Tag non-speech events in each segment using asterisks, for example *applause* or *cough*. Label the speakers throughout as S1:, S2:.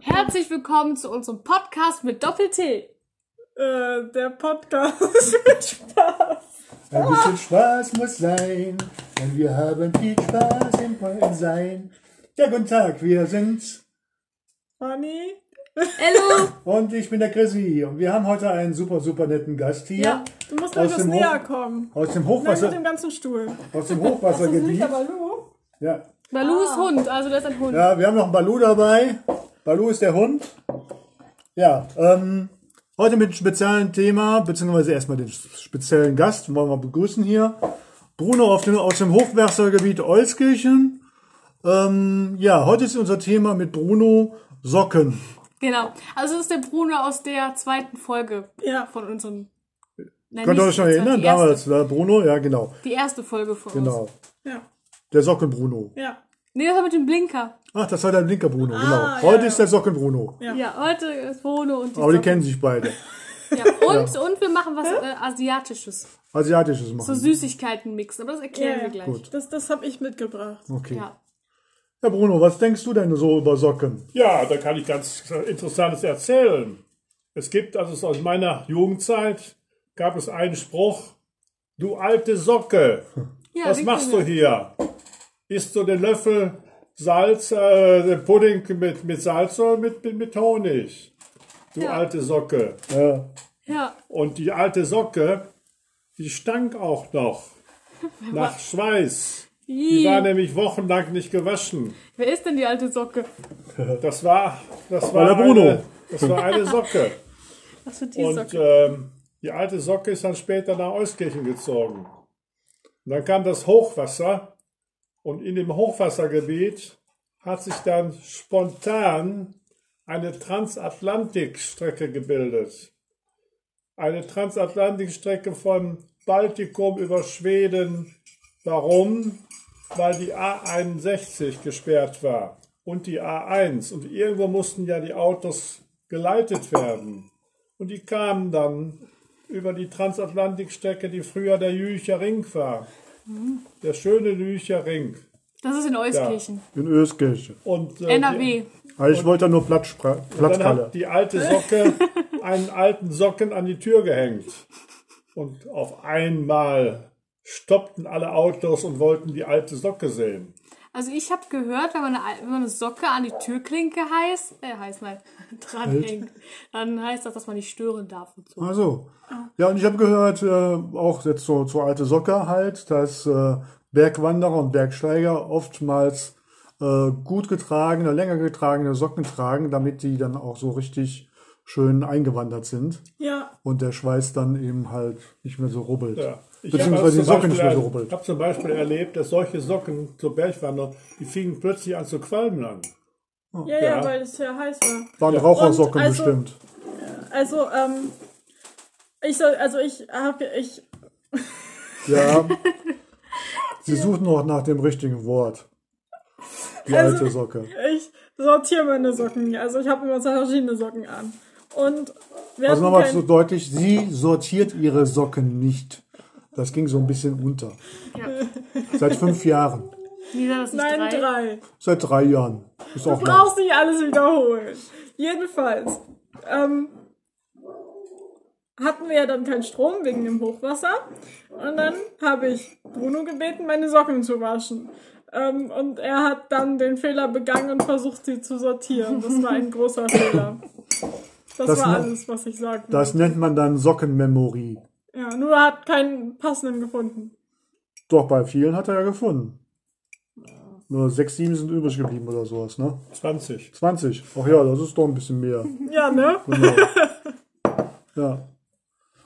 S1: Herzlich willkommen zu unserem Podcast mit Doppel-T.
S2: Äh, der *laughs* Podcast mit Spaß.
S3: Ein bisschen Spaß muss sein, denn wir haben viel Spaß im Pollen sein. Ja, guten Tag, wir sind's
S2: Honey?
S1: Hallo.
S3: und ich bin der Chrissy und wir haben heute einen super, super netten Gast hier.
S1: Ja.
S2: Du musst
S3: Aus
S2: etwas
S3: dem Hof-
S2: näher kommen.
S3: Aus
S2: Nein,
S3: dem
S2: mit
S3: Hochwasser,
S2: dem ganzen Stuhl.
S3: aus dem Hochwassergebiet.
S2: Balu?
S3: Ja.
S1: Balu
S2: Ah.
S1: ist Hund, also der ist ein Hund.
S3: ja, wir haben noch einen Balu dabei. Balu ist der Hund. Ja, ähm, heute mit einem speziellen Thema, beziehungsweise erstmal den speziellen Gast, wollen wir begrüßen hier. Bruno auf dem, aus dem Hochwassergebiet Euskirchen. Ähm, ja, heute ist unser Thema mit Bruno Socken.
S1: Genau. Also es ist der Bruno aus der zweiten Folge
S2: Ja.
S1: von unserem. Nein,
S3: Könnt ihr
S1: nicht
S3: euch noch
S1: die zweite,
S3: erinnern?
S1: Die erste,
S3: Damals, ne? Bruno, ja, genau.
S1: die erste Folge von uns.
S3: Genau.
S2: Ja.
S3: Der Socken Bruno.
S2: Ja.
S1: Nee, das war mit dem Blinker.
S3: Ach, das war der linke Bruno, genau.
S2: ja,
S3: heute
S2: ja.
S3: ist der Socken Bruno.
S1: Ah, Ja,
S2: Ja.
S1: heute ist Bruno und die,
S3: Aber die
S1: Socke.
S3: kennen sich beide.
S1: ja. Und, und wir machen was äh, Asiatisches.
S3: Asiatisches machen.
S1: So Süßigkeiten mixen. Aber das erklären
S2: Ja,
S1: wir
S2: ja.
S1: gleich.
S3: Mhm. Gut.
S2: Das, das habe ich mitgebracht.
S3: Okay. Ja.
S1: Ja.
S3: Bruno, was denkst du denn so über Socken?
S4: Ja, da kann ich ganz äh, Interessantes erzählen. Es gibt, also aus meiner Jugendzeit, gab es einen Spruch, du alte Socke,
S1: Ja,
S4: was
S1: den
S4: machst du
S1: kennen wir.
S4: hier? Isst du den Löffel Salz, äh, den Pudding mit, mit Salz oder mit, mit, mit Honig? Du
S1: Ja.
S4: alte Socke.
S3: Ja,
S1: Ja.
S4: Und die alte Socke, die stank auch noch
S1: *laughs*
S4: nach Schweiß. Die war
S1: Ih.
S4: nämlich wochenlang nicht gewaschen.
S1: Wer ist denn die alte Socke?
S4: Das war, das
S3: War
S4: war,
S3: der Bruno.
S4: Eine, das war eine Socke.
S1: Was für die
S4: Und
S1: Socke?
S4: ähm, die alte Socke ist dann später nach Euskirchen gezogen. Und dann kam das Hochwasser und in dem Hochwassergebiet hat sich dann spontan eine Transatlantikstrecke gebildet. Eine Transatlantikstrecke von Baltikum über Schweden. Warum? Weil die A61 gesperrt war und die A1. Und irgendwo mussten ja die Autos geleitet werden. Und die kamen dann über die Transatlantikstrecke, die früher der Jülicher Ring war. Der schöne Jülicher Ring.
S1: Das ist in Euskirchen.
S3: in Öskirchen.
S4: Und, äh,
S1: NRW.
S3: Also ich wollte da nur Platz,
S4: Die, dann
S3: Platzkalle.
S4: hat die alte Socke einen alten Socken an die Tür gehängt. Und auf einmal stoppten alle Autos und wollten die alte Socke sehen.
S1: Also ich habe gehört, wenn man, eine, Al- wenn man eine Socke an die Türklinke heißt, äh, heißt nein, *laughs* dranhängt, dann heißt das, dass man nicht stören darf und so.
S3: Ach Ah, so. Ja, und ich habe gehört, äh, auch jetzt so zur alte Socke halt, dass äh, Bergwanderer und Bergsteiger oftmals äh, gut getragene, länger getragene Socken tragen, damit die dann auch so richtig schön eingewandert sind
S2: Ja.
S3: und der Schweiß dann eben halt nicht mehr so rubbelt.
S4: Ja. Ich habe
S3: Beziehungsweise die Socken nicht mehr so rubbelt.
S4: hab zum Beispiel erlebt, dass solche Socken zur Bergwanderung, die fingen plötzlich an zu qualmen an.
S3: Oh,
S2: Ja, ja,
S4: Ja.
S2: weil es ja heiß war.
S3: Waren Rauchersocken
S2: Und also-
S3: bestimmt.
S2: Also, ähm, ich soll, also ich habe, ich,
S3: Ja. Sie suchen noch nach dem richtigen Wort. Die
S2: Also-
S3: alte Socke.
S2: ich sortiere meine Socken. Also ich habe immer zwei verschiedene Socken an. Und wir
S3: Also
S2: hatten
S3: nochmal
S2: kein-
S3: so deutlich, sie sortiert ihre Socken nicht. Das ging so ein bisschen unter. Seit fünf Jahren.
S1: Lisa, das sind
S2: Nein,
S1: drei.
S2: drei.
S3: Seit drei Jahren. Ist auch
S2: Du
S3: lang.
S2: brauchst nicht alles wiederholen. Jedenfalls ähm, hatten wir ja dann keinen Strom wegen dem Hochwasser. Und dann habe ich Bruno gebeten, meine Socken zu waschen. Ähm, und er hat dann den Fehler begangen und versucht, sie zu sortieren. Das war ein großer Fehler. Das,
S3: Das
S2: war
S3: ne-
S2: alles, was ich sagte.
S3: Das nennt man dann Sockenmemory.
S2: ja, nur er hat keinen passenden gefunden.
S3: Doch bei vielen hat er ja gefunden. Nur sechs, sieben sind übrig geblieben oder sowas, ne?
S4: 20.
S3: 20. Ach ja, das ist doch ein bisschen mehr.
S2: Ja, ne? *laughs*
S3: Genau. ja.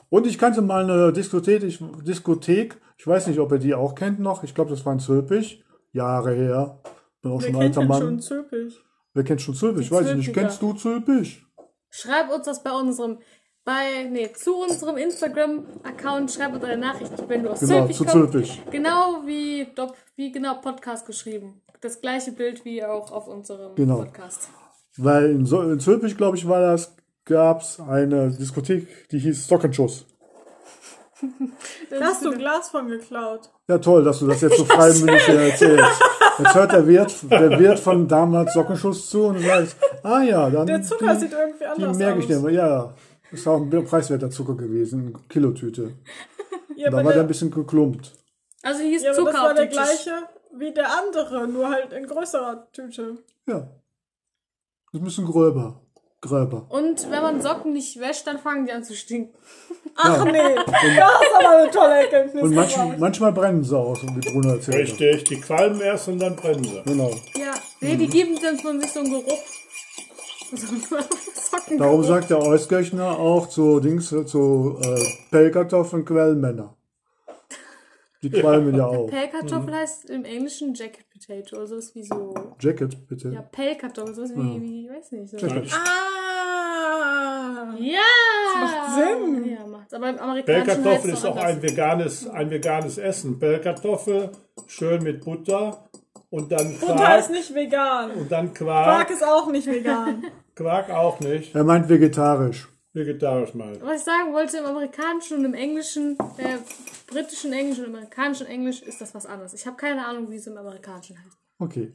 S3: Und ich kannte mal eine Diskothek, ich, Diskothek, ich weiß nicht, ob ihr die auch kennt noch. Ich glaube, das war in Zülpich. Jahre her. Bin auch
S2: Wir
S3: schon ein
S2: kennen
S3: alter
S2: ihn
S3: Mann.
S2: schon zöpig.
S3: Wer kennt schon Zülpich?
S1: Die
S3: Weiß ich nicht.
S1: Zülpicher.
S3: Kennst du Zülpich?
S1: Schreib uns das bei unserem, bei, nee, zu unserem Instagram-Account, schreib uns eine Nachricht, wenn du aus
S3: Genau,
S1: Zülpich
S3: zu
S1: kommst.
S3: Zülpich.
S1: Genau wie, Dop, wie genau Podcast geschrieben. Das gleiche Bild wie auch auf unserem
S3: Genau.
S1: Podcast.
S3: Weil in, so in Zülpich, glaube ich, war das, gab es eine Diskothek, die hieß Sockenschuss.
S2: Da hast du ein Glas von geklaut.
S3: Ja, toll, dass du
S2: *laughs*
S3: das jetzt so freiwillig hier erzählst. Jetzt hört der Wirt, der Wirt von damals Sockenschuss zu und sagt, ah ja, dann
S2: Der Zucker
S3: die,
S2: sieht irgendwie
S3: die
S2: anders
S3: merke ich
S2: aus.
S3: dir. Ja, ist auch ein preiswerter Zucker gewesen, eine Kilotüte.
S2: Ja, aber
S3: Da war der
S2: der,
S3: ein bisschen geklumpt.
S1: Also hier ist
S2: ja, aber das
S1: Zucker
S2: war
S1: auf
S2: der
S1: dem Tisch.
S2: gleiche wie der andere, nur halt in größerer Tüte.
S3: Ja. Ist ein bisschen gröber. Gröber.
S1: Und wenn man Socken nicht wäscht, dann fangen die an zu stinken.
S2: Ach *laughs* nee, das ist aber eine tolle Erkenntnis.
S3: Und manch,
S2: geworden.
S3: manchmal brennen sie aus, wie Bruno erzählt hat.
S4: Richtig, die qualmen erst und dann brennen sie.
S3: Genau.
S1: Ja. Nee, die geben dann von sich so einen Geruch. *laughs* Also, Socken.
S3: Darum sagt der Euskirchner auch zu Dings, zu äh, Pellkartoffeln Quellmänner. Die qualmen ja auch.
S1: Pellkartoffel heißt im Englischen Jacket Potato, also ist wie so.
S3: Jacket, bitte.
S1: Ja, Pellkartoffel, sowas wie, wie, weiß nicht. So.
S3: Ja.
S2: Ah,
S1: Ja!
S2: macht Sinn.
S1: Ja, macht's. Aber im amerikanischen
S4: Pellkartoffel
S1: heißt
S4: ist
S1: es
S4: auch ein veganes, ein veganes Essen. Pellkartoffel schön mit Butter und dann
S2: Butter
S4: Quark.
S2: ist nicht vegan.
S4: Und dann
S2: Quark
S4: Quark.
S2: ist auch nicht vegan.
S4: Quark auch
S3: *laughs*
S4: nicht.
S3: Er meint vegetarisch.
S4: Vegetarisch mal.
S1: Was ich sagen wollte, im amerikanischen und im englischen, äh, britischen Englisch und im amerikanischen Englisch ist das was anderes. Ich habe keine Ahnung, wie es im amerikanischen heißt.
S3: Okay.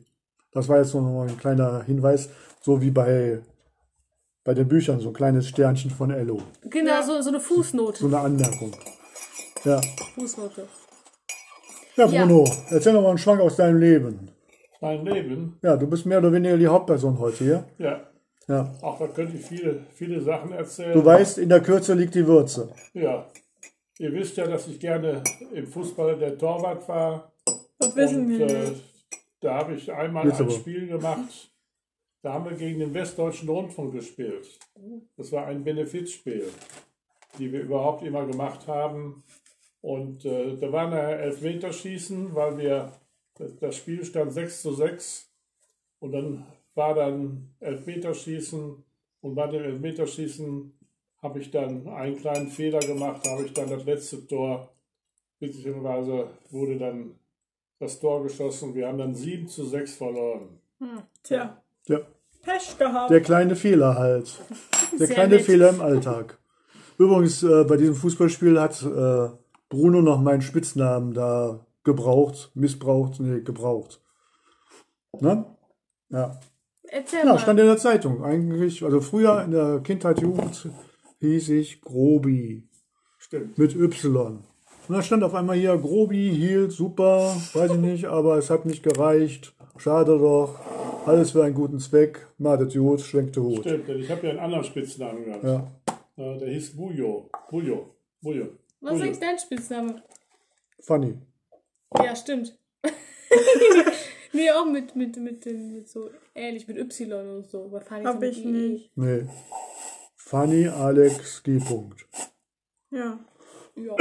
S3: Das war jetzt nur noch ein kleiner Hinweis, so wie bei, bei den Büchern, so ein kleines Sternchen von Ello.
S1: Genau, so, so eine Fußnote.
S3: So eine Anmerkung. Ja.
S1: Fußnote.
S3: Ja,
S1: Ja.
S3: Bruno, erzähl doch mal einen Schwank aus deinem Leben.
S4: Mein Leben,
S3: Ja, du bist mehr oder weniger die Hauptperson heute hier.
S4: ja.
S3: Ja.
S4: Auch da könnte ich viele, viele Sachen erzählen.
S3: Du weißt, in der Kürze liegt die Würze.
S4: Ja. Ihr wisst ja, dass ich gerne im Fußball der Torwart war.
S2: Das wissen
S4: und
S2: wir
S4: äh,
S2: nicht.
S4: da habe ich einmal
S3: Jetzt
S4: ein
S3: aber.
S4: Spiel gemacht. Da haben wir gegen den Westdeutschen Rundfunk gespielt. Das war ein Benefizspiel, die wir überhaupt immer gemacht haben. Und äh, da war ein Elfmeterschießen, weil wir das- das Spiel stand 6 zu 6. Und dann war dann Elfmeterschießen. Und bei dem Elfmeterschießen habe ich dann einen kleinen Fehler gemacht, da habe ich dann das letzte Tor, beziehungsweise wurde dann das Tor geschossen. Wir haben dann 7 zu 6 verloren.
S2: Tja,
S3: Ja.
S2: Pech gehabt.
S3: Der kleine Fehler halt. Der
S1: Sehr
S3: kleine
S1: nett.
S3: Fehler im Alltag. Übrigens, äh, bei diesem Fußballspiel hat äh, Bruno noch meinen Spitznamen da gebraucht, missbraucht, nee, gebraucht. Ne? Ja.
S1: Erzähl
S3: ja,
S1: mal.
S3: stand in der Zeitung. Eigentlich, also früher in der Kindheit, Jugend hieß ich Grobi
S4: Stimmt.
S3: mit Y. Und da stand auf einmal hier Grobi, hielt super, weiß ich nicht, aber es hat nicht gereicht. Schade doch. Alles für einen guten Zweck. Madet Jod, schwenkte Hut.
S4: Stimmt, denn ich habe ja einen anderen Spitznamen gehabt.
S3: Ja.
S4: Äh, Der hieß Bujo. Bujo. Bujo.
S1: Was ist
S4: Bujo.
S1: eigentlich dein Spitzname?
S3: Funny.
S1: Ja, stimmt. *laughs* nee, auch mit, mit, mit, dem- mit so ähnlich, mit Y und so. Aber fand so
S2: Hab
S1: mit E
S2: ich
S1: IE.
S2: nicht.
S3: Nee. Funny Alex G. Punkt.
S2: Ja.
S1: Ja.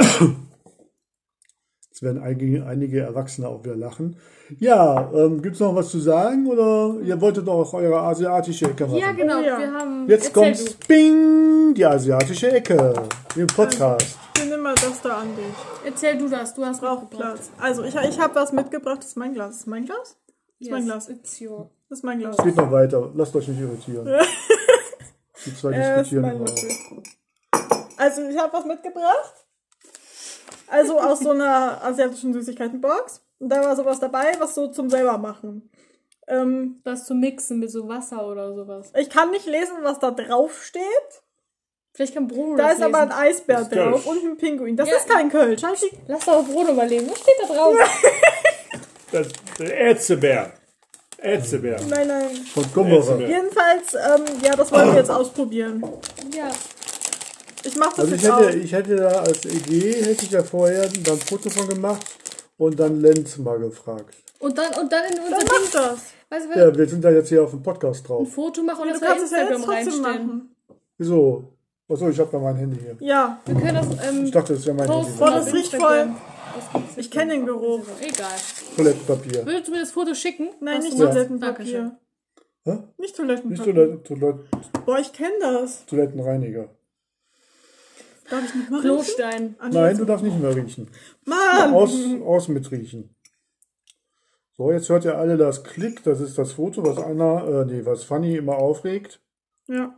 S3: Jetzt werden einige, einige Erwachsene auch wieder lachen. Ja, ähm, gibt's noch was zu sagen oder ihr wolltet doch eure asiatische Ecke machen?
S1: ja, genau.
S2: Oh ja.
S1: Wir haben.
S3: Jetzt
S1: Erzähl
S3: kommt's, bing, die asiatische Ecke im Podcast.
S2: Ich nehme mal das da an dich.
S1: Du. Erzähl du das. Du hast
S2: Brauch
S1: mitgebracht.
S2: Platz. Also ich, ich habe was mitgebracht. Das ist mein Glas. Das ist mein Glas?
S1: Yes,
S2: mein Glas.
S1: It's your.
S2: Das ist mein Glas.
S3: Geht noch weiter, lasst euch nicht irritieren.
S1: *laughs*
S3: Die zwei
S2: Äh, ist
S3: diskutieren
S2: mein
S3: immer.
S2: Glas. Also ich habe was mitgebracht. Also aus so einer asiatischen Süßigkeitenbox. Und da war sowas dabei, was so zum selber machen. Ähm,
S1: Was zu mixen mit so Wasser oder sowas.
S2: Ich kann nicht lesen, was da drauf steht.
S1: Vielleicht kann Bruno
S2: Da
S1: das
S2: ist aber ein
S1: lesen.
S2: Eisbär
S4: Das ist
S2: drauf
S4: Kölsch.
S2: und ein Pinguin. Das
S1: Ja.
S2: ist kein Kölsch. Hab ich-
S1: Lass doch Bruno überlegen. Was steht da drauf?
S4: Das, der Ärzebär. Ärzebär.
S2: Nein, nein.
S3: Von Gumbora.
S4: Ärzebär.
S2: Jedenfalls, ähm, ja, das wollen wir jetzt ausprobieren.
S1: ja.
S2: Ich mach das
S3: Also ich
S2: jetzt auf.
S3: hätte, ich hätte da als Idee, hätte ich ja vorher dann ein Foto von gemacht und dann Lenz mal gefragt.
S1: Und dann, und dann in unser
S2: Dann
S1: Ding.
S2: mach das.
S1: Weißt du, wenn
S3: Ja, wir sind da jetzt hier auf dem Podcast drauf.
S1: ein Foto machen und
S2: Du
S1: das bei
S2: kannst es ja
S1: Instagram
S2: jetzt trotzdem
S1: reinstellen.
S2: machen.
S3: Wieso? Achso, ich habe da mein Handy hier.
S2: Ja,
S1: Wir können das ähm,
S3: Ich dachte, das wäre mein
S1: posten.
S3: Handy.
S2: Boah, das
S1: auf
S2: riecht
S1: Instagram.
S2: voll.
S1: Das gibt's
S2: ich
S1: nicht.
S2: kenne den Geruch.
S1: Egal.
S3: Toilettenpapier.
S1: Würdest du mir das Foto schicken?
S2: Nein,
S1: was
S2: nicht
S1: du machst? Dankeschön.
S2: Toilettenpapier.
S3: Hä?
S2: Nicht
S3: Nicht
S2: Toilettenpapier.
S3: Toilet Toilet
S2: Boah, ich kenne das.
S3: Toilettenreiniger.
S2: Darf ich nicht mal riechen?
S1: Klostein.
S2: Ah, nee,
S3: Nein,
S2: jetzt-
S3: du darfst nicht mehr riechen.
S2: Mann!
S3: Aus, aus mit riechen. So, jetzt hört ihr alle das Klick. Das ist das Foto, was Anna, äh, nee, was Fanny immer aufregt.
S2: Ja.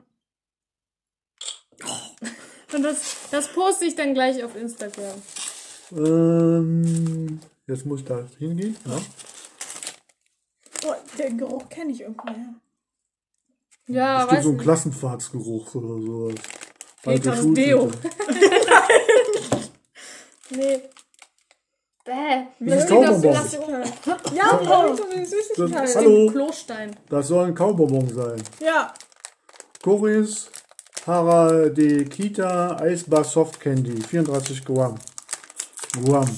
S1: Und das, das poste ich dann gleich auf Instagram.
S3: Ähm, jetzt muss ich da hingehen. Ja.
S2: Oh, den Geruch kenne ich irgendwoher.
S1: Ja,
S3: Gibt
S1: weißt
S3: so
S1: du.
S3: einen Klassenfahrtsgeruch oder sowas.
S1: Geht
S3: Alte
S1: aus
S3: Schultüte.
S1: Deo.
S2: Nee.
S1: Bäh.
S3: Das ist
S1: Wie das- wie
S3: Kaubonbon.
S1: das-
S2: Ja, warum so eine
S3: Das-
S2: Süßigkeit?
S3: Hallo.
S1: Klostein.
S3: Das soll ein Kaubonbon sein.
S2: Ja,
S3: Coris Hara de Kita Eisbar Soft Candy. 34 Gramm. Gramm.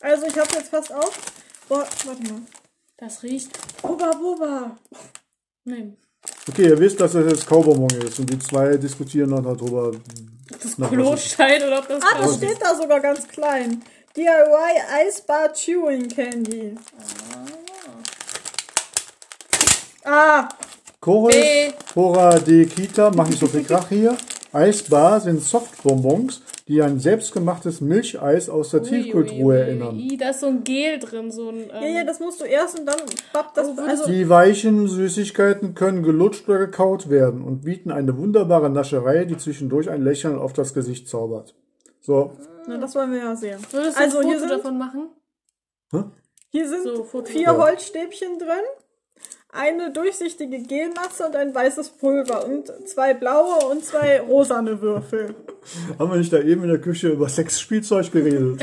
S2: also ich habe jetzt fast auf. Boah, warte mal.
S1: Das riecht.
S2: Boba, Boba.
S1: Nee.
S3: Okay, ihr wisst, dass das jetzt Kaubonbon ist und die zwei diskutieren noch darüber.
S1: Das
S3: Na, was
S1: Klostein oder ob das.
S2: Ah, das
S3: Also-
S2: steht da sogar ganz klein. DIY Eisbar Chewing Candy. Ah,
S3: Coris
S1: B.
S3: Hora de Kita, mach nicht so viel Krach hier. Eisbar sind Softbonbons, die an selbstgemachtes Milcheis aus der Tiefkühltruhe erinnern.
S1: Ui, da ist so ein Gel drin, so ein.
S2: ja, ja,
S1: Ähm,
S2: das musst du erst und dann bapp das. Also,
S3: Die weichen Süßigkeiten können gelutscht oder gekaut werden und bieten eine wunderbare Nascherei, die zwischendurch ein Lächeln auf das Gesicht zaubert. So,
S2: na, das wollen wir ja sehen.
S1: würdest du
S2: Also
S1: ein
S2: hier
S1: Foto
S2: sind,
S1: davon machen?
S2: hier sind
S1: So, Foto.
S2: vier Holzstäbchen drin, eine durchsichtige Gelmasse und ein weißes Pulver und zwei blaue und zwei rosane Würfel.
S3: haben wir nicht da eben in der Küche über Sexspielzeug geredet?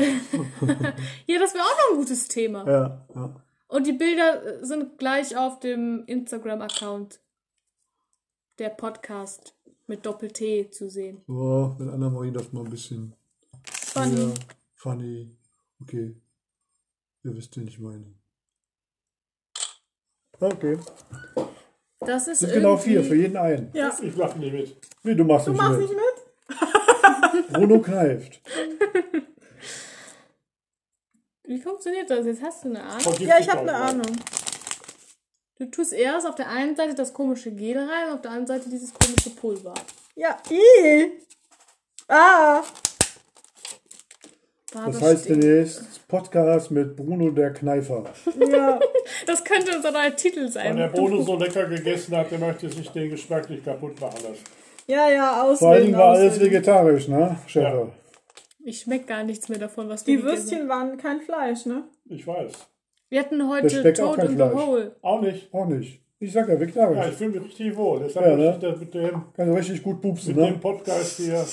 S1: Ja, das wäre auch noch ein gutes Thema.
S3: ja, ja.
S1: Und die Bilder äh, sind gleich auf dem Instagram-Account. Der Podcast mit Doppel-T zu sehen.
S3: So, mit Anna-Marie das mal ein bisschen.
S2: Funny.
S3: Ja, funny. Okay. Ihr wisst, wen ich meine. Okay.
S1: Das ist
S3: Sind genau
S1: irgendwie-
S3: vier, für jeden einen.
S2: Ja.
S4: Ich mache nicht mit.
S3: Nee, du machst
S2: Du
S3: nicht
S2: machst
S3: mit.
S2: nicht mit?
S3: Bruno
S2: *laughs*
S3: kneift.
S1: Wie funktioniert das? Jetzt hast du eine Ahnung.
S2: Ja, ich habe eine Ahnung.
S1: Du tust erst auf der einen Seite das komische Gel rein, auf der anderen Seite dieses komische Pulver.
S2: Ja, i. Ah,
S1: War
S3: Das heißt
S1: stinkt.
S3: demnächst Podcast mit Bruno der Kneifer.
S2: ja.
S1: das könnte unser neuer Titel
S4: Wenn der
S1: sein.
S4: Bono so lecker gegessen hat, der möchte sich den Geschmack nicht kaputt machen lassen.
S2: Ja, ja, *laughs* auswählen.
S3: Vor allen Dingen war alles
S2: auswählen.
S3: vegetarisch, ne, Chefe?
S1: Ich schmeck gar nichts mehr davon, was wir
S2: Die
S1: gegessen haben.
S2: Würstchen waren kein Fleisch, ne?
S4: Ich weiß.
S1: Wir hatten
S3: Da
S1: heute
S3: steckt
S1: Toad
S3: auch kein
S1: in the
S3: Fleisch.
S1: Hole.
S4: Auch nicht.
S3: Auch nicht. Ich sag ja,
S4: Ja,
S3: vegetarisch.
S4: ich fühle mich richtig wohl. Deshalb
S3: Ja, ne?
S4: möchte ich das mit dem,
S3: Kann richtig gut pupsen,
S4: mit
S3: ne?
S4: dem Podcast hier.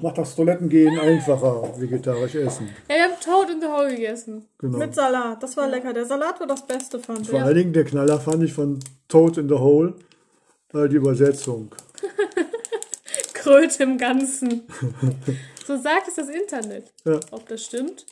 S3: Macht das Toilettengehen einfacher, vegetarisch essen.
S1: Ja, wir haben Toad in the Hole gegessen. *laughs*
S3: Genau.
S2: Mit Salat. Das war lecker. Der Salat war das Beste, fand ich.
S3: Vor allen Dingen der Knaller fand ich von Toad in the Hole äh, die Übersetzung.
S1: Kröte im
S3: *laughs*
S1: Ganzen. so sagt es das Internet.
S3: Ja.
S1: Ob das stimmt?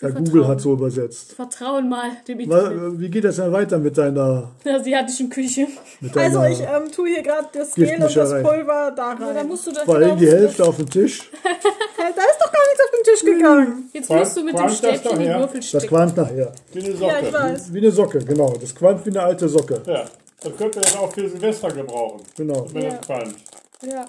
S3: Herr
S1: Vertrauen.
S3: Google hat so übersetzt.
S1: Vertrauen mal dem
S3: Wa-
S1: Internet.
S3: Wie geht das denn weiter mit deiner,
S1: In der asiatischen Küche.
S3: mit deiner
S2: Also ich ähm, tue hier gerade das Gel und das
S3: Giftmischerei.
S2: Pulver da rein.
S1: Aber da musst du doch
S3: vor allen Dingen die
S1: genau-
S3: Hälfte auf den Tisch?
S2: Hä, da ist doch gar nichts auf den Tisch gegangen.
S1: Jetzt musst du mit dem
S4: Qualmt das
S1: Stäbchen
S4: doch
S1: die
S4: her?
S1: Würfel
S3: Das
S1: stecken.
S3: qualmt nachher.
S4: Wie eine Socke.
S2: Ja, ich weiß.
S3: Wie eine Socke, genau. Das qualmt wie eine alte Socke.
S4: Ja, das könnte man auch für Silvester gebrauchen,
S3: Genau.
S4: wenn das fand.
S1: Ja.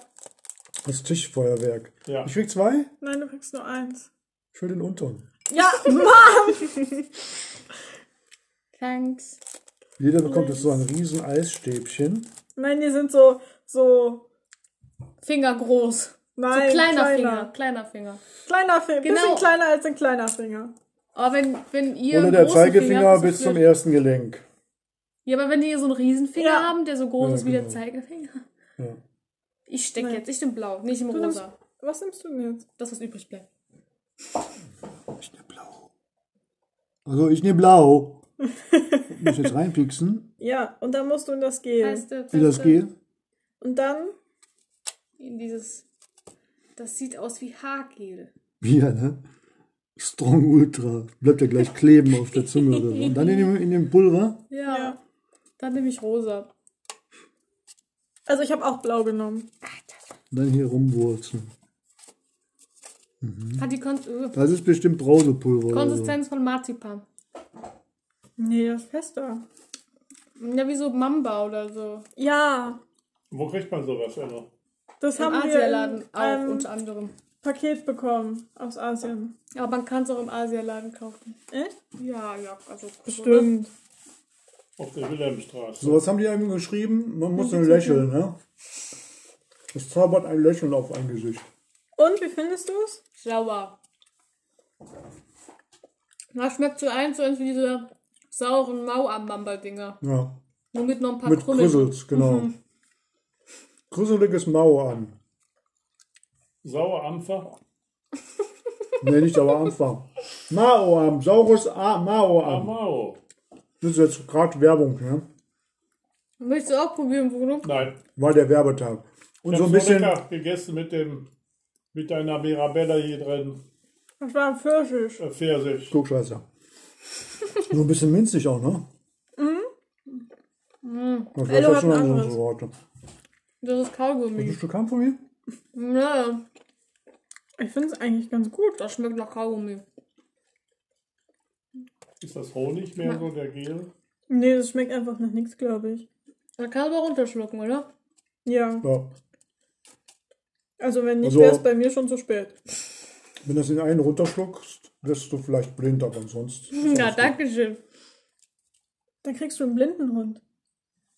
S3: Das Tischfeuerwerk.
S4: Ja.
S3: Ich krieg zwei?
S2: Nein, du kriegst nur eins.
S3: Ich will den unteren.
S2: Ja, Mann!
S1: Thanks.
S3: Jeder bekommt jetzt so ein riesen Eisstäbchen.
S2: Nein, die sind so, so,
S1: Finger groß.
S2: nein,
S1: so kleiner,
S2: kleiner.
S1: Finger, kleiner Finger.
S2: Kleiner Finger,
S1: Genau.
S2: bisschen kleiner als ein kleiner Finger.
S1: Aber wenn, wenn ihr.
S3: Ohne
S1: einen
S3: der
S1: großen Finger
S3: Zeigefinger
S1: habt, ist
S3: bis
S1: das
S3: zum
S1: blöd.
S3: ersten Gelenk.
S1: Ja, aber wenn die so einen Riesenfinger
S2: Ja.
S1: haben, der so groß
S3: Ja,
S1: ist wie der
S3: genau.
S1: Zeigefinger.
S3: Ja.
S1: Ich stecke jetzt, nicht im Blau, nicht im
S2: Du nimmst,
S1: Rosa.
S2: was nimmst du denn jetzt?
S1: Das, was übrig bleibt.
S3: Ich nehme blau. Also ich
S1: *laughs*
S3: nehme blau. Muss jetzt reinpieksen,
S2: Ja, und dann musst du in das Gel.
S1: Feste,
S3: wie das
S1: feste.
S3: geht.
S2: und dann,
S1: In dieses. Das sieht aus wie Haargel.
S3: Bier, ne? Strong Ultra. Bleibt ja gleich kleben auf der Zunge oder so. Und dann in dem, in dem Pulver.
S1: Ja.
S2: Ja.
S1: Dann nehme ich rosa.
S2: also ich habe auch blau genommen.
S3: Und dann hier rumwurzeln.
S1: Hat die Kon äh,
S3: Das ist bestimmt Brausepulver oder so.
S1: Konsistenz von Marzipan.
S2: Nee, das ist fester.
S1: Ja, wie so Mamba oder so.
S2: Ja,
S4: Wo kriegt man sowas immer?
S2: das
S1: Im
S2: haben wir
S1: Asialaden
S2: in
S1: auch
S2: einem
S1: unter anderem.
S2: Paket bekommen aus Asien.
S1: Aber man kann es auch im Asialaden kaufen.
S2: Echt?
S1: Ja, ja, also
S2: Stimmt.
S4: Auf der Wilhelmstraße.
S3: So, was haben die einem geschrieben? Man muss nur lächeln, ne? Es zaubert ein Lächeln auf ein Gesicht.
S2: Und wie findest du es?
S1: Sauer. Das schmeckt so eins zu eins wie diese sauren Mauer-Mamba-Dinger.
S3: Ja.
S1: Nur mit noch ein paar
S3: Mit
S1: Krümmeln.
S3: Krüssels, genau. Krüsseliges Mau an.
S4: Sauerampfer.
S3: Nee, nicht, aber Anfang. Mao am, saures A Mao am.
S4: Amaro.
S3: Das ist jetzt gerade Werbung, ne?
S1: Möchtest du auch probieren, Bruno?
S4: Nein.
S3: War der Werbetag. Und
S4: Ich
S3: so
S4: habe
S3: ein bisschen.
S4: lecker gegessen mit dem mit einer Mirabella hier drin.
S2: Das war Pfirsich.
S4: Äh, Pfirsich.
S3: Klugscheißer. so ein bisschen minzig auch, ne? Mhm. Das
S2: Ello
S3: war
S2: hat
S3: schon
S2: ein
S3: andere
S2: anderes.
S3: Worte.
S1: Das ist
S3: Ein
S1: Kaugummi.
S3: Stück Kampf von mir?
S1: Ja,
S2: Ich finde es eigentlich ganz gut.
S1: das schmeckt nach Kaugummi.
S4: Ist das Honig mehr so, der Gel?
S2: Nee, das schmeckt einfach nach nichts, glaube ich.
S1: Da kannst du aber runterschlucken, oder?
S2: Ja.
S3: Ja.
S2: Also wenn nicht,
S3: Also-
S2: wäre es bei mir schon zu spät.
S3: Wenn du das in einen runterschluckst, wirst du vielleicht blind, aber sonst.
S1: Ja, danke schön.
S2: Dann kriegst du einen blinden Hund.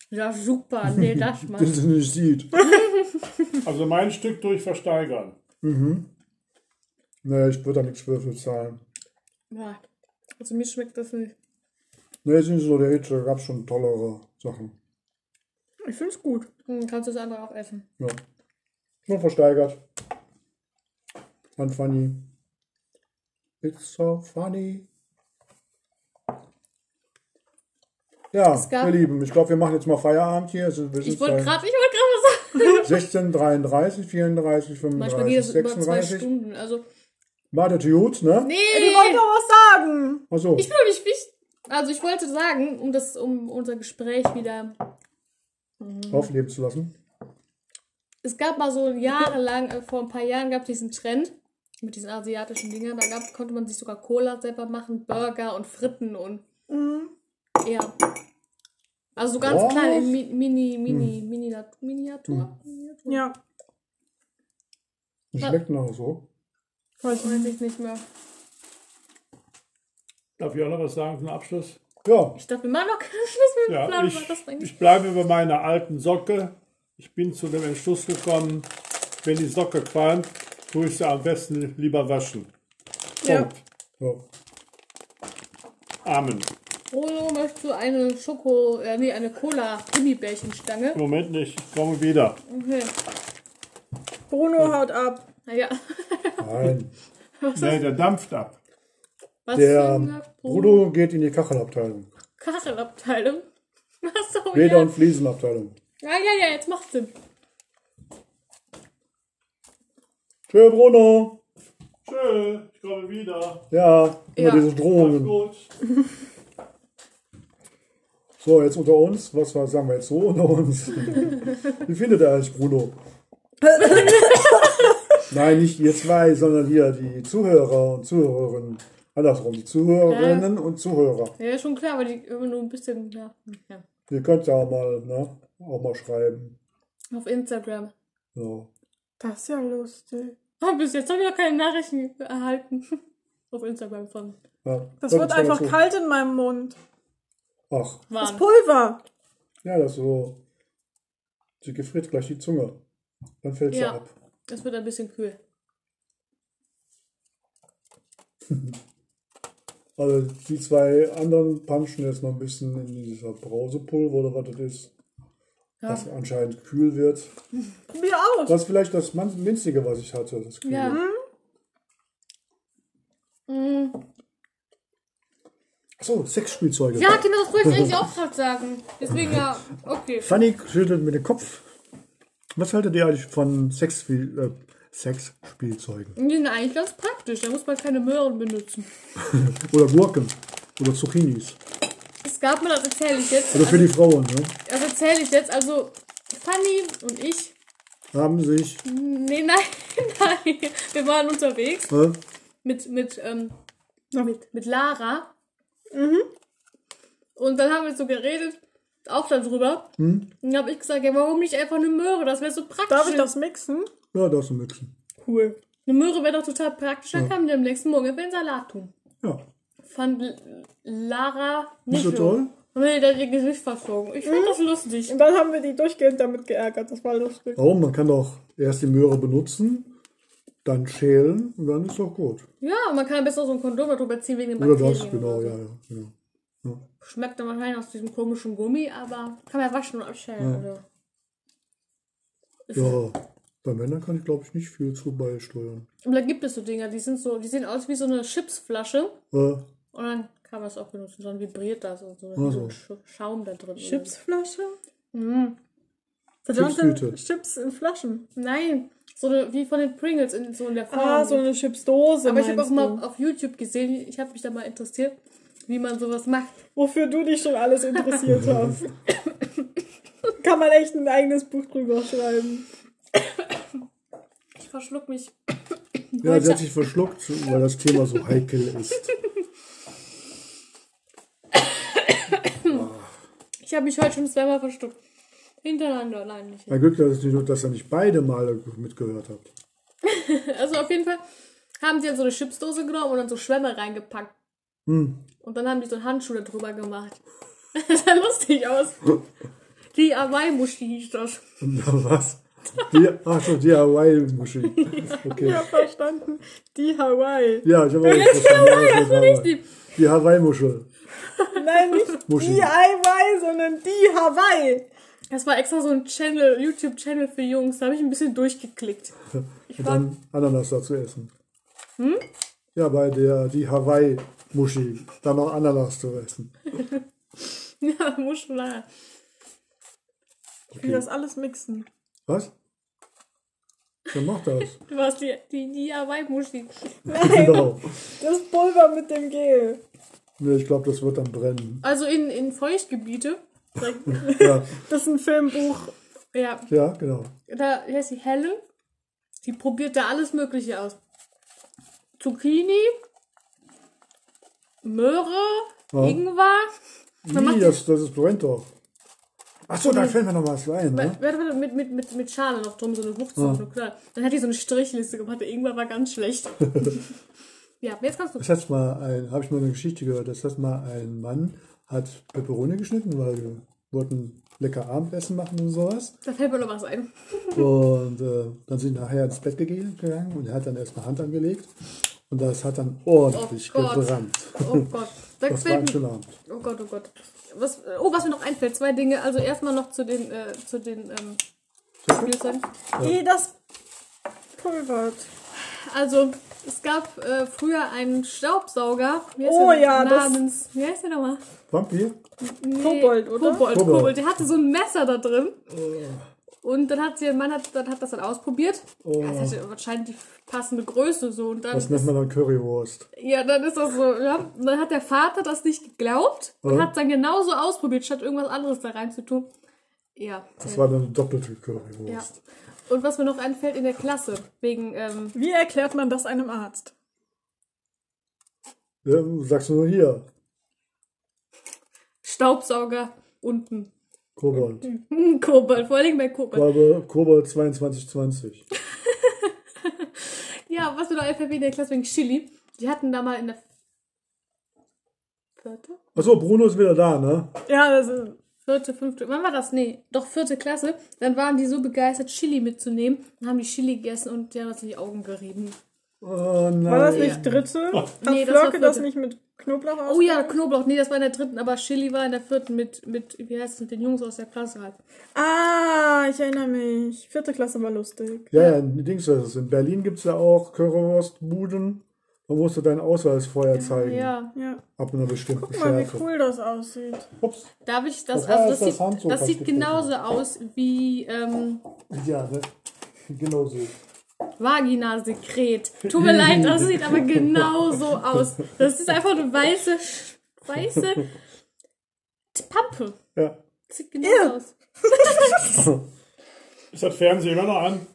S1: Ja, super. Nee, das
S3: Dass
S1: schmeckt.
S3: es nicht sieht.
S4: Also mein Stück durch versteigern.
S3: Nee, ich würde da nichts für bezahlen.
S1: Ja. Also mir schmeckt das nicht.
S3: Nee, ist nicht so der Hitze, da gab es schon tollere Sachen.
S2: Ich finde es gut.
S1: Hm, kannst du das andere auch essen.
S3: Ja. Nur versteigert. An Funny. It's so funny. Ja,
S1: gab-
S3: ihr Lieben, ich glaube, wir machen jetzt mal Feierabend hier. Es ist, wir sind
S1: Ich wollte
S3: bei
S1: gerade, ich wollte gerade was sagen.
S3: 16, 33, 34,
S1: Manchmal geht
S3: 35,
S1: das über zwei
S3: 36.
S1: Stunden. Also,
S3: War das gut, ne?
S1: nee.
S2: Ich wollte doch was sagen.
S3: Achso,
S1: Ich will mich nicht. Also ich wollte sagen, um das, um unser Gespräch wieder.
S3: aufleben zu lassen.
S1: Es gab mal so jahrelang, äh, vor ein paar Jahren gab es diesen Trend mit diesen asiatischen Dingern. Da gab, konnte man sich sogar Cola selber machen, Burger und Fritten und
S4: Mhm.
S1: ja. Also so ganz
S3: Was?
S1: klein, in Mi Mini, Mini,
S4: Mhm.
S1: Miniatur, Miniatur. Miniatur.
S2: Ja.
S3: Die schmecken auch so.
S1: Weiß ich nicht mehr.
S4: Darf ich auch noch was sagen zum Abschluss?
S3: Ja,
S1: Ich dachte, wir machen noch keinen Schluss mit dem
S4: Ja,
S1: Plan,
S4: ich,
S1: war das eigentlich.
S4: ich bleibe bei meiner alten Socke. Ich bin zu dem Entschluss gekommen, wenn die Socke qualmt, tue ich sie am besten lieber waschen.
S2: Ja.
S3: so.
S4: Amen.
S1: Bruno, möchtest du eine Schoko, äh, nee, eine Cola-Gummibärchenstange?
S4: Moment nicht, ich komme wieder.
S1: Okay.
S2: Bruno haut ab.
S1: Naja.
S3: Nein.
S4: Nee, der dampft ab.
S1: Was denn,
S3: Der
S1: äh,
S3: Bruno geht in die Kachelabteilung.
S1: Kachelabteilung. *laughs* Was so
S3: Leder-
S1: ja.
S3: und Fliesenabteilung.
S1: ja, ja, ja, jetzt macht's Sinn.
S3: Tschö, Bruno.
S4: Tschö, ich komme wieder.
S3: Ja, immer
S1: Ja.
S3: diese
S4: Mach's
S3: Drohungen.
S4: gut.
S3: So, jetzt unter uns, was war, sagen wir jetzt so unter
S2: *laughs*
S3: uns? Wie findet ihr eigentlich Bruno? Nein, nicht ihr zwei, sondern hier die Zuhörer und Zuhörerinnen. Andersrum, die Zuhörerinnen und Zuhörer.
S1: Ja, schon klar, aber die immer nur ein bisschen ja, ja.
S3: Ihr könnt ja auch mal, ne, auch mal schreiben.
S1: auf Instagram.
S3: So.
S2: Das ist ja lustig.
S1: Ah, bis jetzt habe ich noch keine Nachrichten erhalten. *laughs* auf Instagram von
S3: Ja,
S2: Das wird
S3: könnt ihr zwar
S2: einfach
S3: dazu-
S2: kalt in meinem Mund.
S3: Ach,
S2: Das
S1: Warm.
S2: Pulver.
S3: ja, das so. Sie gefriert gleich die Zunge. Dann fällt sie
S1: Ja.
S3: ab.
S1: Es wird ein bisschen kühl.
S3: Also die zwei anderen punchen jetzt noch ein bisschen in dieser Brausepulver oder was das ist. Das anscheinend kühl wird.
S2: Probier aus.
S3: Das ist vielleicht das man- Minzige, was ich hatte. Das Kühle.
S1: Ja.
S3: Achso, Sexspielzeuge.
S1: Ja, Kinder, das wollte ich eigentlich auch gerade sagen. Deswegen ja, okay.
S3: Fanny schüttelt mit dem Kopf. Was haltet ihr eigentlich von Sexspiel, äh, Sexspielzeugen?
S1: Die sind eigentlich ganz praktisch. Da muss man keine Möhren benutzen.
S3: Oder Gurken? Oder Zucchinis?
S1: Es gab mal, das erzähle ich jetzt.
S3: Also für die Frauen, ne?
S1: Das erzähle ich jetzt. Also, Fanny und ich
S3: Haben sich.
S1: Nee, nein, *laughs* nein. Wir waren unterwegs
S3: Äh,
S1: mit, mit, ähm, mit, mit Lara.
S3: Mhm.
S1: Und dann haben wir so geredet, auch darüber.
S3: Mhm.
S1: Und dann habe ich gesagt, ja, warum nicht einfach eine Möhre? Das wäre so praktisch.
S2: Darf ich das mixen?
S3: ja, da ist ein Mixen.
S2: Cool.
S1: Eine Möhre wäre doch total praktisch. Dann kann man die am nächsten Morgen für einen Salat tun.
S3: Ja.
S1: Fand L- Lara
S3: Nicht
S1: nicht
S3: so toll? Mhm.
S1: Haben wir dann ihr Gesicht verzogen. Ich fand das lustig.
S2: Und dann haben wir die durchgehend damit geärgert. Das war lustig.
S3: Warum? Man kann doch erst die Möhre benutzen, dann schälen und dann ist doch gut.
S1: Ja, man kann am besten auch so ein Kondom darüber ziehen wegen den
S3: Oder
S1: Bakterien.
S3: das, genau,
S1: oder so.
S3: ja, ja. ja.
S1: Schmeckt dann wahrscheinlich aus diesem komischen Gummi, aber kann man ja waschen und abstellen. Also.
S3: Ja, bei Männern kann ich, glaube ich, nicht viel zu beisteuern.
S1: Und da gibt es so Dinger, die sind so, die sehen aus wie so eine Chipsflasche.
S3: Äh,
S1: Und dann kann man es auch benutzen, dann vibriert das und so. Dann
S3: Ach
S1: ist
S3: so.
S1: so ein Sch- Schaum da drin.
S2: Chipsflasche? Mhm.
S3: Chipstüte.
S2: Verdammt, Chips in Flaschen.
S1: Nein, so eine, wie von den Pringles in so in der Form.
S2: Ah, so eine Chipsdose.
S1: aber ich habe auch
S2: meinst du.
S1: mal auf YouTube gesehen, ich habe mich da mal interessiert, wie man sowas macht.
S2: Wofür du dich schon alles *laughs* interessiert hast. Kann man echt ein eigenes Buch drüber schreiben.
S1: Ich verschluck mich.
S3: ja, sie hat sich verschluckt, weil das Thema so heikel ist.
S1: Ich habe mich heute schon zweimal verschluckt. Hintereinander, nein, nicht.
S3: Mein Glück, dass, ich nicht, dass ihr nicht beide Male mitgehört habt.
S1: *laughs* Also auf jeden Fall haben sie dann so eine Chipsdose genommen und dann so Schwämme reingepackt.
S2: Hm.
S1: Und dann haben die so einen Handschuh da drüber gemacht. *laughs* Das sah lustig aus. Die Hawaii-Muschi hieß das.
S3: Was? Die, achso, die Hawaii-Muschi.
S2: Ich
S3: Okay.
S2: hab verstanden. Die Hawaii.
S3: Ja, ich habe auch nicht verstanden.
S1: Die,
S3: Die Hawaii-Muschel.
S2: Nein, nicht
S3: Muscheln.
S2: die Hawaii, sondern die Hawaii.
S1: das war extra so ein Channel, YouTube-Channel für Jungs. Da habe ich ein bisschen durchgeklickt. *laughs*
S3: Und dann Ananas dazu essen. Ja, bei der die Hawaii-Muschi. Dann noch Ananas zu essen.
S1: Ja, Muscheln.
S2: Ich will das alles mixen.
S3: Was? Wer macht das?
S1: Du warst die, die, die Hawaii-Muschi.
S3: genau.
S2: Das Pulver mit dem Gel.
S3: Nee, ich glaube, das wird dann brennen.
S1: Also in, in Feuchtgebiete. *laughs*
S3: Ja,
S2: Das ist ein Filmbuch.
S1: Ja,
S3: ja genau.
S1: da wie heißt die Helle. Die probiert da alles Mögliche aus. Zucchini, Möhre,
S3: Ja.
S1: Ingwer. Dann
S3: Nee,
S1: macht
S3: das, das ist brennt doch. Achso, da fällt mir noch was ein, ne?
S1: die, mit, mit, mit, mit Schale noch drum, so eine Wuchtsuppe, klar. Dann hat die so eine Strichliste gemacht, der Ingwer war ganz
S3: *laughs*
S1: schlecht. ja, jetzt kannst du.
S3: Das hat mal ein, habe ich mal eine Geschichte gehört, das hat mal ein Mann hat Peperoni geschnitten, weil wir wollten lecker Abendessen machen und sowas.
S1: Da fällt mir noch was ein.
S3: Und äh, dann sind die nachher ins Bett gege- gegangen und er hat dann erstmal Hand angelegt und das hat dann ordentlich
S1: Oh Gott.
S3: gebrannt. *laughs*
S1: Oh Gott. Da
S3: Das war ein
S1: gefällt mir.
S3: schöner Abend.
S1: Oh Gott, oh Gott. Was, äh, oh, was mir noch einfällt, zwei Dinge. Also erstmal noch zu den, äh, zu den ähm, Spielzeugen.
S2: Eh, das pulvert.
S1: Also, es gab äh, früher einen Staubsauger. Wie heißt
S2: Oh
S1: der
S2: ja, das-
S1: namens. Wie heißt der nochmal?
S3: Vampir?
S2: Kobold, oder?
S1: Kobold,
S3: Kobold.
S1: Kobold. Der hatte so ein Messer da drin. Und dann hat sie, mein Mann hat, dann hat das dann ausprobiert. Das hatte wahrscheinlich die passende Größe so. Und dann,
S3: Oh. Das nennt man dann Currywurst.
S1: ja, dann ist das so, ja. Und dann hat der Vater das nicht geglaubt und
S3: Mhm.
S1: hat dann genauso ausprobiert, statt irgendwas anderes da rein zu tun. Ja.
S3: Das war dann eine doppelte
S1: ja.
S3: Currywurst.
S1: Und was mir noch einfällt in der Klasse, wegen, ähm,
S2: Wie erklärt man das einem Arzt?
S3: Ähm, sagst du nur hier,
S1: Staubsauger unten.
S3: Kobold.
S1: Hm, Kobold, vor allem bei Kobold.
S3: Farbe Kobold 2220.
S1: Ja, was mir noch einfällt wegen der Klasse wegen Chili. Die hatten da mal in der vierte,
S3: Achso, Bruno ist wieder da, ne?
S2: Ja, das ist.
S1: vierte, fünfte, wann war das? Nee, doch vierte Klasse. Dann waren die so begeistert, Chili mitzunehmen. Dann haben die Chili gegessen und die haben das in die Augen gerieben.
S3: Oh nein.
S2: War das nicht dritte? Hat
S1: Nee,
S2: nee,
S1: das war
S2: Flocke das
S1: vierte.
S2: nicht mit Knoblauch aus?
S1: Oh ja, Knoblauch. Nee, das war in der dritten, aber Chili war in der vierten mit, mit wie heißt es, mit den Jungs aus der Klasse halt.
S2: Ah, ich erinnere mich. Vierte Klasse war lustig.
S3: Ja, ja, in Dings ist es. In Berlin gibt es ja auch Currywurstbuden. Da musst du deinen Ausweis vorher zeigen.
S1: Ja.
S2: Ja.
S3: Ab einer bestimmten
S2: Guck mal, wie
S3: Schärfe.
S2: cool das aussieht.
S3: Ups.
S1: Darf ich das,
S3: Woher
S1: also
S3: ist
S1: das,
S3: das Handtuch,
S1: sieht, das
S3: was
S1: sieht
S3: gefunden?
S1: genauso aus wie, ähm,
S3: Ja, ne? Genau so.
S1: Vaginasekret. Tut mir leid, das sieht aber genau so aus. Das ist einfach eine weiße, weiße Pampe.
S3: Ja.
S1: Das sieht genau so aus.
S4: Ist das Fernsehen immer noch an?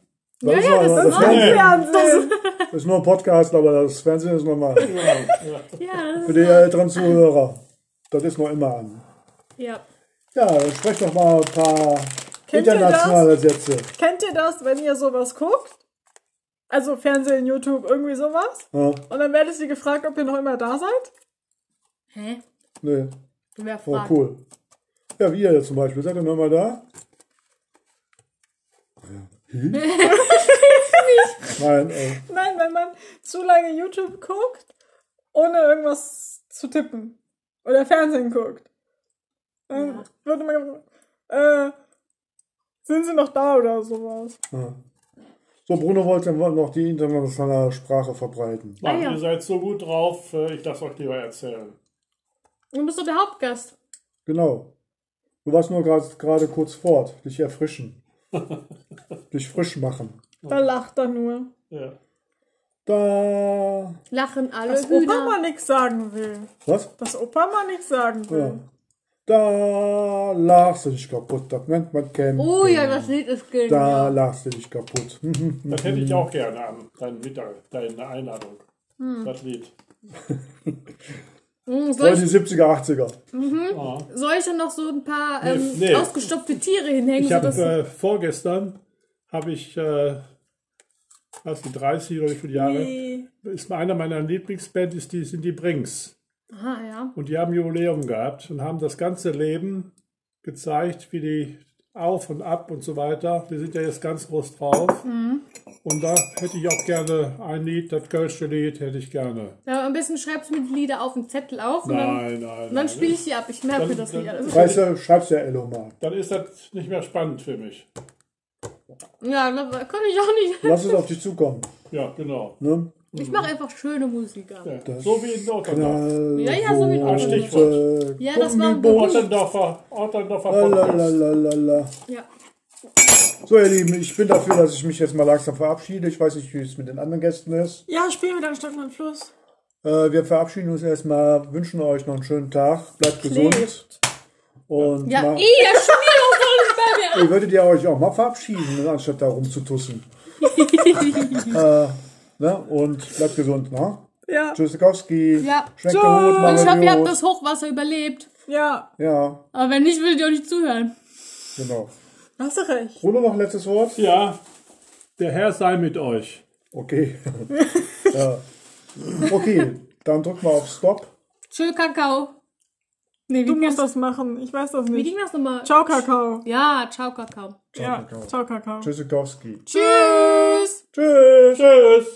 S3: Das, ist,
S1: ja,
S3: noch-
S1: das
S3: das,
S1: ist
S3: Fernsehen-
S2: Fernsehen!
S3: das ist nur ein Podcast, aber das Fernsehen ist normal.
S4: Ja.
S1: Ja, das
S3: Für
S1: ist,
S3: die älteren Zuhörer. Das ist noch immer an.
S1: ja.
S3: Ja, dann sprech doch mal ein paar
S2: Kennt ihr
S3: internationale Sätze.
S2: Kennt ihr das, wenn ihr sowas guckt? Also Fernsehen, YouTube, irgendwie sowas?
S3: Ja,
S2: Und dann werdet ihr gefragt, ob ihr noch immer da seid?
S1: Hä?
S3: nee.
S1: Wer
S3: Oh,
S1: fragt?
S3: cool. Ja, wie ihr jetzt zum Beispiel. Seid ihr nochmal da?
S1: *laughs*
S3: Ja. Hm? Nein, äh,
S2: Nein, wenn man zu lange YouTube guckt, ohne irgendwas zu tippen. Oder Fernsehen guckt. Dann
S1: Ja.
S2: würde man gefragt, äh, sind sie noch da oder sowas?
S3: ja. So, Bruno wollte noch die internationale Sprache verbreiten.
S1: Ah, ja.
S4: Ihr seid so gut drauf, äh, ich lasse euch lieber erzählen.
S1: Du bist doch der Hauptgast.
S3: Genau. Du warst nur grad- gerade kurz fort. Dich
S1: *laughs*
S3: erfrischen. Dich frisch machen.
S1: Oh.
S2: Da lacht er nur.
S4: Ja.
S3: Da.
S1: Lachen alle
S2: Dass Opa mal
S1: Hühner.
S2: nichts sagen will.
S3: Was?
S2: Dass Opa mal nichts sagen
S3: Ja.
S2: will.
S3: Da lachst du dich kaputt. Das nennt man Camping.
S1: Oh ja, das Lied ist
S3: Da
S1: genial.
S3: lachst du dich kaputt. Hm,
S4: Das hätte ich auch gerne an deinen Mittag, deine Einladung. Das Lied.
S1: Hm, soll,
S3: Oder
S1: ich,
S3: die 70er, 80er.
S4: Ah.
S1: soll ich dann noch so ein paar ähm,
S4: Nee, nee.
S1: ausgestopfte Tiere hinhängen?
S4: Ich habe
S1: sodass-
S4: äh, vorgestern, habe ich, äh, was die 30 oder wie viele Jahre,
S2: Die-
S4: ist einer meiner Lieblingsbands, ist die, sind die Brings.
S1: Aha, ja.
S4: Und die haben Jubiläum gehabt und haben das ganze Leben gezeigt, wie die auf und ab und so weiter. Wir sind ja jetzt ganz groß drauf.
S1: Mhm.
S4: Und da hätte ich auch gerne ein Lied, das Kölsche Lied hätte ich gerne.
S1: ja. Am besten schreibst du mir die Lieder auf den Zettel auf und dann,
S4: Nein, nein.
S1: und dann
S4: nein.
S1: spiele ich die ab. Ich merke
S4: Dann-
S1: mir das
S4: dann-
S1: Lied alles.
S3: Weißt du, schreibst ja Elo mal.
S4: Dann ist das nicht mehr spannend für mich.
S1: Ja, da kann ich auch nicht.
S3: Lass es auf dich zukommen.
S4: Ja, genau.
S3: Ne?
S1: Ich mache einfach schöne Musik an.
S4: Ja. So wie in Nordrhein.
S1: Ja, ja, so wie
S3: Knallrote
S1: ein
S3: Äh,
S4: Stichwort.
S1: Ja, das war ein
S3: Gummiboot.
S4: Otterndorfer, Otterndorfer Podcast.
S3: Lalalala.
S1: Ja.
S3: So, ihr Lieben, ich bin dafür, dass ich mich jetzt mal langsam verabschiede. Ich weiß nicht, wie es mit den anderen Gästen ist.
S2: Ja, spielen wir dann Stadt und Fluss.
S3: Äh, wir verabschieden uns erstmal, wünschen euch noch einen schönen Tag. Bleibt gesund. Und
S1: Ja, eh.
S3: ma-
S1: ey, ihr spielt doch so nicht bei mir.
S3: ihr würdet ja euch auch mal verabschieden, ne, anstatt
S1: *laughs*
S3: da rumzutussen. äh, ne? Und bleibt gesund. Ne?
S2: Ja.
S3: Tschüssikowski.
S1: Ja.
S3: Schmeckt
S2: Tschüss.
S3: der
S1: Und ich
S3: Hut,
S1: hoffe, ihr habt
S3: Marmeliot.
S1: das Hochwasser überlebt.
S2: Ja.
S3: Ja,
S1: Aber wenn nicht, würdet ihr auch nicht zuhören.
S3: genau.
S2: Hast du recht.
S3: Bruno, noch ein letztes Wort?
S4: Ja, der Herr sei mit euch.
S3: Okay. ja. Okay, dann drück mal auf Stop.
S1: Tschö, Kakao. Nee, wie,
S2: Du
S1: ging das,
S2: musst das machen. Ich weiß das
S1: wie
S2: nicht.
S1: ging das nochmal?
S2: Ciao, Kakao.
S1: Ja, ciao, Kakao.
S2: Ja. Ciao, Kakao.
S3: Tschüssikowski.
S1: Tschüss.
S3: Tschüss.
S4: Tschüss.